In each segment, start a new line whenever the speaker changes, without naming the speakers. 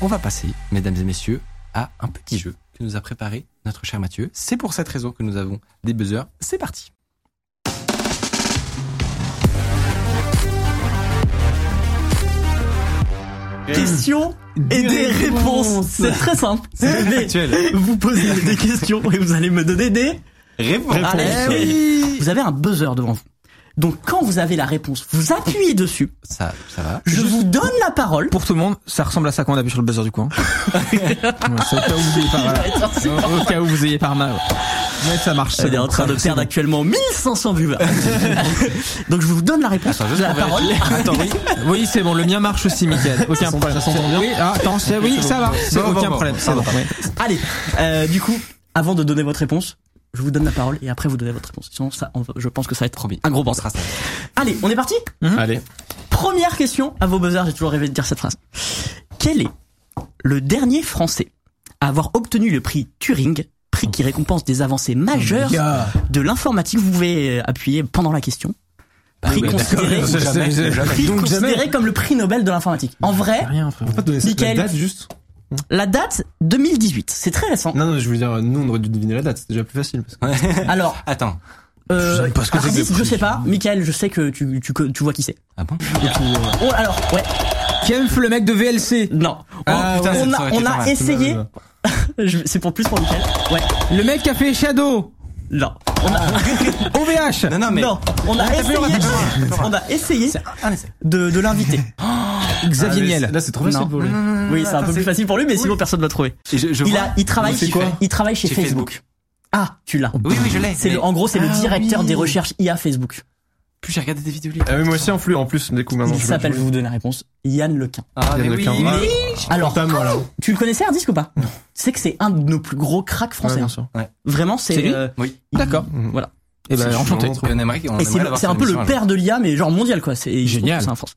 On va passer, mesdames et messieurs, à un petit jeu que nous a préparé notre cher Mathieu. C'est pour cette raison que nous avons des buzzers. C'est parti.
questions et des réponses. C'est très simple. Je vais Vous posez des questions et vous allez me donner des réponses. Eh Vous avez un buzzer devant vous. Donc quand vous avez la réponse, vous appuyez dessus.
Ça, ça va.
Je vous donne la parole.
Pour tout le monde, ça ressemble à ça quand on appuie sur le buzzer du coin. Ouais, c'est au cas où vous ayez par mal. Au cas où vous ayez par mal. Mais ça marche. c'est
Elle est
bon,
en train
ça-
de perdre actuellement 1500 viewers. Donc je vous donne la réponse.
Attends, juste
la
pour
parole.
Attends, oui. Oui, c'est bon, le mien marche aussi, Mickaël. Aucun problème. Ça s'entend bien. Oui, ah, attends, c'est- oui, ça va. C'est
Bon, bon,
aucun
bon,
problème.
bon,
C'est bon. ouais.
Allez, euh, du coup, avant de donner votre réponse, je vous donne la parole et après vous donnez votre réponse. Sinon, ça, on va- je pense que ça va être
Promis.
un gros buzzer. Allez, on est parti
Allez.
Première question à vos buzzers, j'ai toujours rêvé de dire cette phrase. Quel est le dernier Français à avoir obtenu le prix Turing, prix qui récompense des avancées majeures
Ah,
de l'informatique Vous pouvez euh, appuyer pendant la question.
Bah
Prix
oui,
considéré,
d'accord, c'est jamais, c'est jamais.
prix
Donc
considéré comme le prix Nobel de l'informatique. En vrai,
Rien, frérot.
pas te donner cette-
Michael.
la date juste
la date 2018, c'est très récent.
Non, non, je voulais dire, nous on aurait dû deviner la date, c'est déjà plus facile. Parce que...
Alors,
Attends.
euh,
sais pas ce que c'est que
Ardis,
le
je
prix
sais pas. Michael, je sais que tu, tu, tu vois qui c'est.
Ah bon
Oh, alors, ouais,
Kempf, le mec de VLC.
non.
Ah,
on,
putain,
on
ça
a,
aurait été
on a
pas mal.
essayé.
Non,
Je- C'est pour plus pour Michael. Ouais,
Le mec qui a fait Shadow.
non. On a,
OVH.
Non, non, mais.
Non, on a essayé, on a essayé de, de l'inviter.
Ah,
Xavier
mais
Niel.
c'est- Là, c'est trop facile
Non.
pour lui.
Euh, Oui, c'est un peu plus facile pour lui, mais sinon personne va trouver.
Et je, je
Il,
vois-
a, il travaille,
Mais c'est
chez,
quoi
il travaille chez,
Chez
Facebook. Ah, tu l'as.
Oui, oui, je l'ai.
C'est
mais-
le, en gros, c'est le
Ah
directeur
oui.
des recherches IA Facebook.
Plus j'ai regardé des vidéos. lui.
Ah, mais moi aussi, en plus, en plus, des coups maintenant.
il
je-
s'appelle, je
je-
vais vous donner la réponse, Yann Lequin.
Ah,
Il y en a Ah,
oui,
qu'un.
mais-
Alors,
Notamment, là.
tu le connaissais, Ardis, ou pas Tu sais que c'est un de nos plus gros cracks
Ouais,
français.
bien
hein.
sûr.
Vraiment, c'est...
C'est lui
euh,
Oui.
il-
D'accord.
Voilà.
Et ben, enchanté.
Et On aimerait, on
Et c'est
aimerait
le-
l'avoir
c'est un
sur
peu le
l'émission,
père de l'IA, mais genre mondial, quoi. C'est
Génial.
c'est un Français.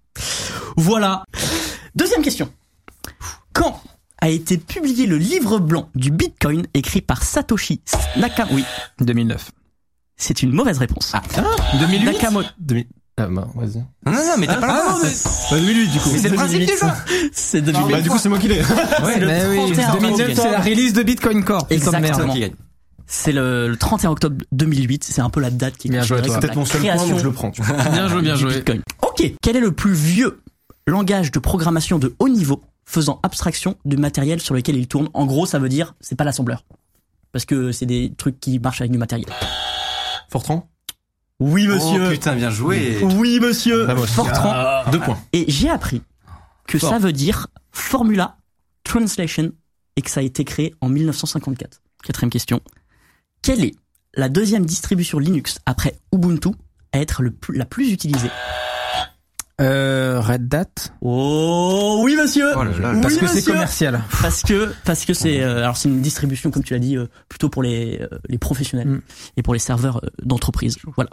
Voilà. Deuxième question. Quand a été publié le livre blanc du Bitcoin écrit par Satoshi Nakamoto
2009.
C'est une mauvaise réponse.
Ah,
2008.
Nakamoto.
Demi- Ah, bah, vas-y.
alors. Non, non, non, mais t'as pas
Ah,
le droit.
Bah, 2008, du coup.
Mais c'est le principe du jeu.
Oh, C'est 2008.
Bah, du coup, c'est moi qui l'ai.
C'est le
Mais oui,
31
2009,
octobre.
c'est la release de Bitcoin Core. putain de merde.
Exactement.
Qui gagne.
C'est le, le 31 octobre 2008. C'est un peu la date qui est
Bien joué à
considérée
toi.
C'est
comme
peut-être
la
mon seul
création
point, donc je le prends. tu vois.
Bien joué, bien
du
joué.
Bitcoin. Ok. Quel est le plus vieux langage de programmation de haut niveau faisant abstraction du matériel sur lequel il tourne En gros, ça veut dire c'est pas l'assembleur. Parce que c'est des trucs qui marchent avec du matériel.
Fortran
Oui,
Oh, putain, bien joué.
oui, monsieur.
Vamos.
Fortran.
Deux points.
Et j'ai appris que
Fort.
ça veut dire Formula Translation et que ça a été créé en 1954. Quatrième question. Quelle est la deuxième distribution Linux après Ubuntu à être le plus- la plus utilisée
Euh, Red Hat.
Oh oui monsieur
Oh là là,
Oui,
Parce que c'est
monsieur.
commercial.
Parce que parce que c'est euh, alors c'est une distribution comme tu l'as dit euh, plutôt pour les euh, les professionnels
Mm.
et pour les serveurs euh, d'entreprise. Voilà.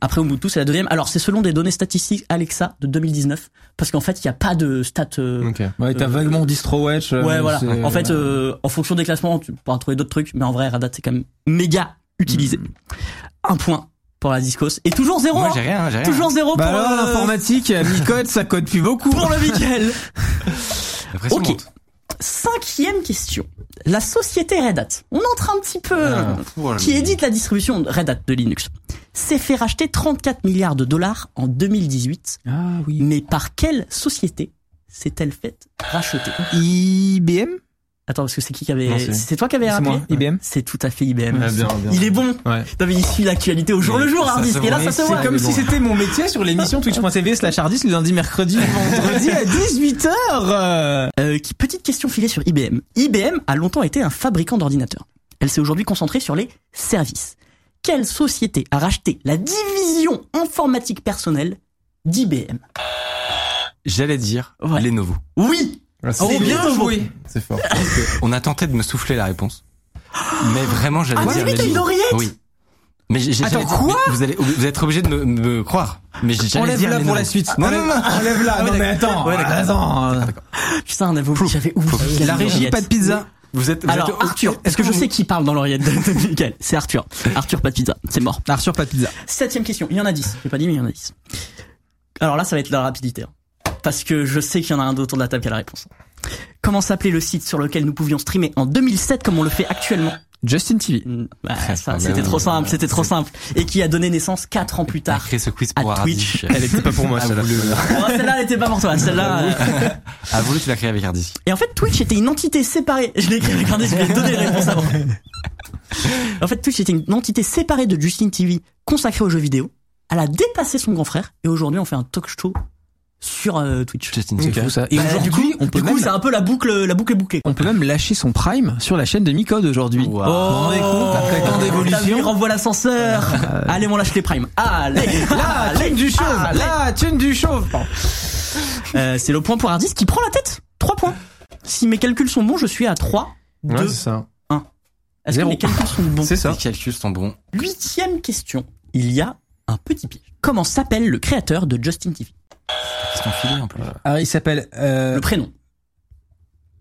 Après Ubuntu c'est la deuxième. Alors c'est selon des données statistiques Alexa de 2019 parce qu'en fait il n'y a pas de stats euh,
Ok.
Ouais, t'as
Euh,
vaguement DistroWatch. euh,
Ouais, voilà.
c'est-
En fait, euh, en fonction des classements, tu pourras trouver d'autres trucs, mais en vrai, Radat, c'est quand même méga utilisé. Un point pour la Discos. Et toujours zéro,
Moi,
hein.
j'ai rien, j'ai rien.
Toujours zéro
Bah
pour,
alors,
euh,
l'informatique, mi-code, ça code plus beaucoup.
pour le Michael.
Après, ça
Ok.
monte.
Cinquième question. La société Red Hat. On entre un petit peu.
Ah, pour le-
qui édite la distribution Red Hat de Linux. S'est fait racheter 34 milliards de dollars en 2018.
Ah oui.
Mais par quelle société s'est-elle faite racheter?
IBM
Attends, parce que c'est qui qui
Non,
avait,
c'est-
c'est toi qui avais
C'est
rappelé?
moi, IBM.
C'est tout à fait IBM.
Ah, bien, bien.
Il est bon.
Ouais.
Non mais il suit l'actualité au jour
Mais
le jour,
ça
Hardis.
se
Et là,
voit,
ça se
mais
voit.
C'est comme si c'était mon métier sur l'émission twitch.tv slash hardis le lundi, mercredi, vendredi à 18h.
Euh, qui- petite question filée sur IBM. IBM a longtemps été un fabricant d'ordinateurs. Elle s'est aujourd'hui concentrée sur les services. Quelle société a racheté la division informatique personnelle d'IBM.
J'allais dire
Ouais.
Lenovo.
Oui
Ah, c'est
Oh, bien joué
C'est fort.
On a tenté de me souffler la réponse. Mais vraiment, j'allais
Ah,
dire
t'as mis ta
Lenovo.
oreillette
Oui. Mais j'ai- j'ai-
Attends,
j'allais dire-
quoi
mais vous, allez, vous êtes obligé de me, me croire. Mais j'ai- j'allais dire
Enlève-la pour
Lenovo.
la suite. Ah
Non, non, non.
Enlève-la. Non, mais attends. Attends.
Putain, on avait oublié- j'avais oublié.
Ah, La régie, pas de pizza.
Vous êtes, vous êtes
Alors,
au-
Arthur, est-ce que je sais qui parle dans l'oreillette de de Michael C'est Arthur. Arthur, pas de pizza. C'est mort.
Arthur, pas de pizza.
Septième question. Il y en a dix. J'ai pas dit, mais il y en a dix. Alors là, ça va être la rapidité. hein. Parce que je sais qu'il y en a un autour de la table qui a la réponse. Comment s'appelait le site sur lequel nous pouvions streamer en 2007 comme on le fait actuellement
Justin TV.
Mm, bah, ça,
pas
C'était
bien.
trop simple, c'était trop simple. Et qui a donné naissance quatre ans plus
T'as
tard.
créé ce quiz
à
pour Hardy.
Twitch.
Elle était pas pour moi,
À
celle-là.
vous le-
Oh, celle-là, elle était pas pour toi. Celle-là. euh,
à vous le, Ah, tu l'as créé avec Hardy.
Et en fait, Twitch était une entité séparée. Je l'ai écrit avec un des- je vais donner les réponses avant. En fait, Twitch était une entité séparée de Justin TV consacrée aux jeux vidéo. Elle a dépassé son grand frère et aujourd'hui, on fait un talk show sur euh, Twitch.
Justin,
C'est
c'est fou.
fou ça. Et
Bah, du coup,
aujourd'hui, on peut
du coup,
même,
c'est un peu la boucle, la boucle est bouclée.
on peut même lâcher son prime sur la chaîne de Micode aujourd'hui.
Wow.
Oh,
Vous vous
bah,
rendez compte, après tant d'évolution.
Il renvoie l'ascenseur. Allez, on lâche les primes. Allez,
La
allez.
thune du chauve.
Allez.
La thune du chauve. Bon.
Euh, c'est le point pour Ardis qui prend la tête. 3 points. Si mes calculs sont bons, je suis à 3, 2,
Ouais, c'est ça.
Est-ce que
Zéro.
les calculs sont bons
C'est ça.
Les calculs sont bons.
Huitième question. Il y a un petit piège. Comment s'appelle le créateur de Justin TV
Ils sont filés en
Ah,
plus.
Alors, il s'appelle, euh,
Le prénom.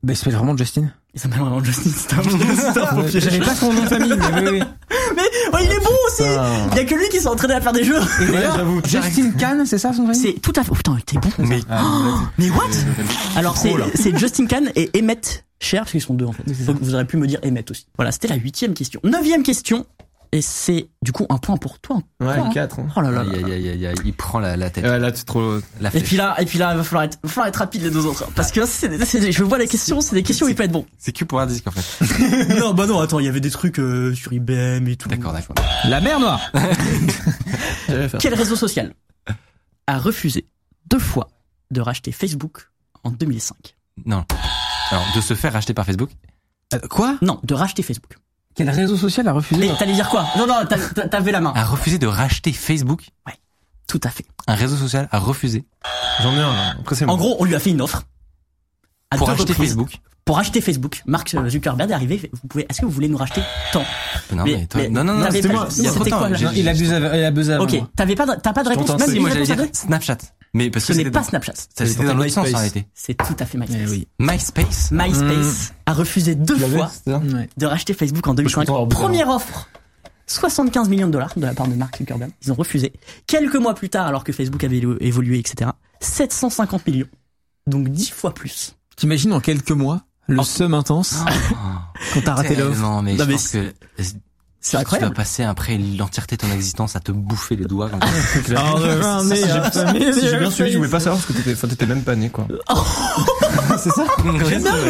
bah, il s'appelle vraiment Justin.
Il s'appelle vraiment Justin. C'est un- c'est un faux piège.
Ah, J'avais pas son nom de famille, mais oui, oui.
Mais oh, il est bon aussi Il y a que lui qui s'est entraîné à faire des jeux.
Et d'ailleurs, Justin Kahn, c'est ça son nom
C'est tout à fait... oh, putain, t'es bon.
Mais
Mais what Alors c'est c'est Justin Kahn et Emmett Cher, parce qu'ils sont deux en fait. Faut que vous auriez pu me dire Emmett aussi. Voilà, c'était la huitième question. Neuvième question. Et c'est du coup un point pour toi.
Ouais, le 4.
Oh là là là.
Aïe, aïe, aïe, aïe, aïe, il prend la, la tête.
Ouais, là, tu trop.
la
Et
flèche.
puis là, et puis là, il va falloir être, il va falloir être rapide les deux autres. Parce que là, c'est, des- c'est des- je vois les questions, c'est des questions où il peut être bon.
C'est que pour un disque en fait.
non, bah non, attends, il y avait des trucs euh, sur IBM et tout.
D'accord, d'accord.
La mer noire.
Quel réseau social a refusé deux fois de racheter Facebook en 2005
Non. Alors, de se faire racheter par Facebook.
Quoi
Non, de racheter Facebook.
Quel réseau social a refusé
Mais t'allais dire quoi Non, non, t'as- t'as- t'avais la main.
A refusé de racheter Facebook.
Tout à fait.
Un réseau social a refusé.
J'en ai un, là. Après, c'est
En
moi.
gros, on lui a fait une offre. À
Pour
deux
racheter
reprises.
Facebook.
Pour racheter Facebook, Mark Zuckerberg est arrivé. Vous pouvez. Est-ce que vous voulez nous racheter tant
Non,
Mais-
mais, toi,
mais-
non, non, non,
t'avais
c'était
pas-
moi. Il y a
c'était
trop de temps.
quoi, là
J'ai-
Non, il
j'ai-
abuse av- il abuse avant.
Ok. T'avais pas, de- t'as pas de réponse.
t'entends,
Même
Ah
si
c'est-
Si,
vous
moi j'allais
avez
dire
réponse
Snapchat. Mais parce que
Ce n'est
c'était
pas
dans-
Snapchat.
ça, c'était dans le licence en réalité. Hmm.
C'est tout à fait MySpace.
Eh oui.
MySpace.
MySpace a refusé deux fois
Ouais.
de racheter Facebook en 2005.
content d'avoir bougé
Première offre 75 millions de dollars de la part de Mark Zuckerberg. Ils ont refusé. Quelques mois plus tard, alors que Facebook avait élo- évolué, etc., 750 millions. Donc 10 fois plus.
T'imagines en quelques mois le seum intense
Ah,
quand t'as raté l'offre.
Non, mais
Non,
je
mais
pense que
C'est
tu vas
incroyable.
passer après l'entièreté de ton existence à te bouffer les doigts. comme ça.
Ah, ouais, mais-
Si j'ai bien suivi, je voulais pas savoir parce que t'étais, enfin, t'étais même pas né, quoi.
J'adore.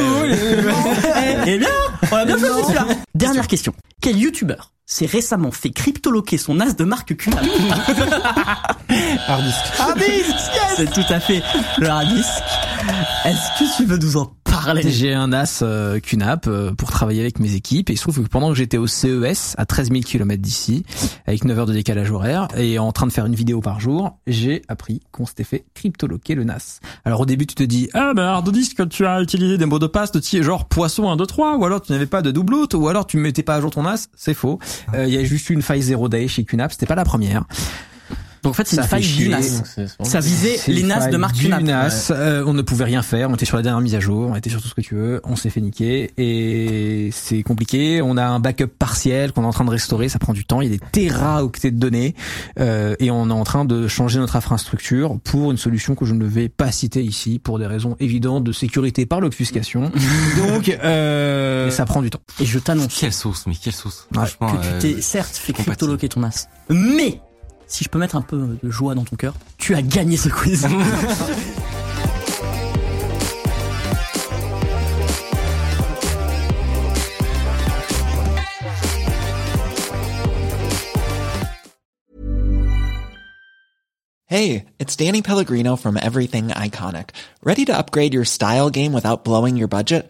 Eh bien, on a bien choisi celui-là. Dernière question. Quel youtubeur s'est récemment fait cryptoloquer son as de marque Cuba
Ah,
Hardisk. C'est tout à fait le Hardisk. Est-ce que tu veux nous en parler
J'ai un as euh, QNAP euh, pour travailler avec mes équipes et il se trouve que pendant que j'étais au CES à 13 000 km d'ici avec 9 heures de décalage horaire et en train de faire une vidéo par jour j'ai appris qu'on s'était fait cryptoloquer le NAS. Alors au début tu te dis ah ben hard disk quand tu as utilisé des mots de passe de type genre poisson 1 2 3 ou alors tu n'avais pas de double out ou alors tu ne mettais pas à jour ton NAS c'est faux Euh, il y a juste eu une faille 0 day chez QNAP c'était pas la première
Donc en fait, c'est
Ça
une faille
fait
du
chier.
NAS. Ça visait
C'est
les
une
NAS de
faille
marque
du
Cunap.
NAS. Euh, on ne pouvait rien faire. On était sur la dernière mise à jour. On était sur tout ce que tu veux. On s'est fait niquer et c'est compliqué. On a un backup partiel qu'on est en train de restaurer. Ça prend du temps. Il y a des téraoctets de données euh, et on est en train de changer notre infrastructure pour une solution que je ne vais pas citer ici pour des raisons évidentes de sécurité par l'obfuscation. Donc euh, et ça prend du temps.
Et je t'annonce
Quelle sauce, mais quelle sauce.
Ouais,
Franchement.
que tu
euh,
t'es certes fait
compatible.
cryptoloquer ton as. Mais, si je peux mettre un peu de joie dans ton cœur, tu as gagné ce quiz.
Hey, it's Danny Pellegrino from Everything Iconic. Ready to upgrade your style game without blowing your budget?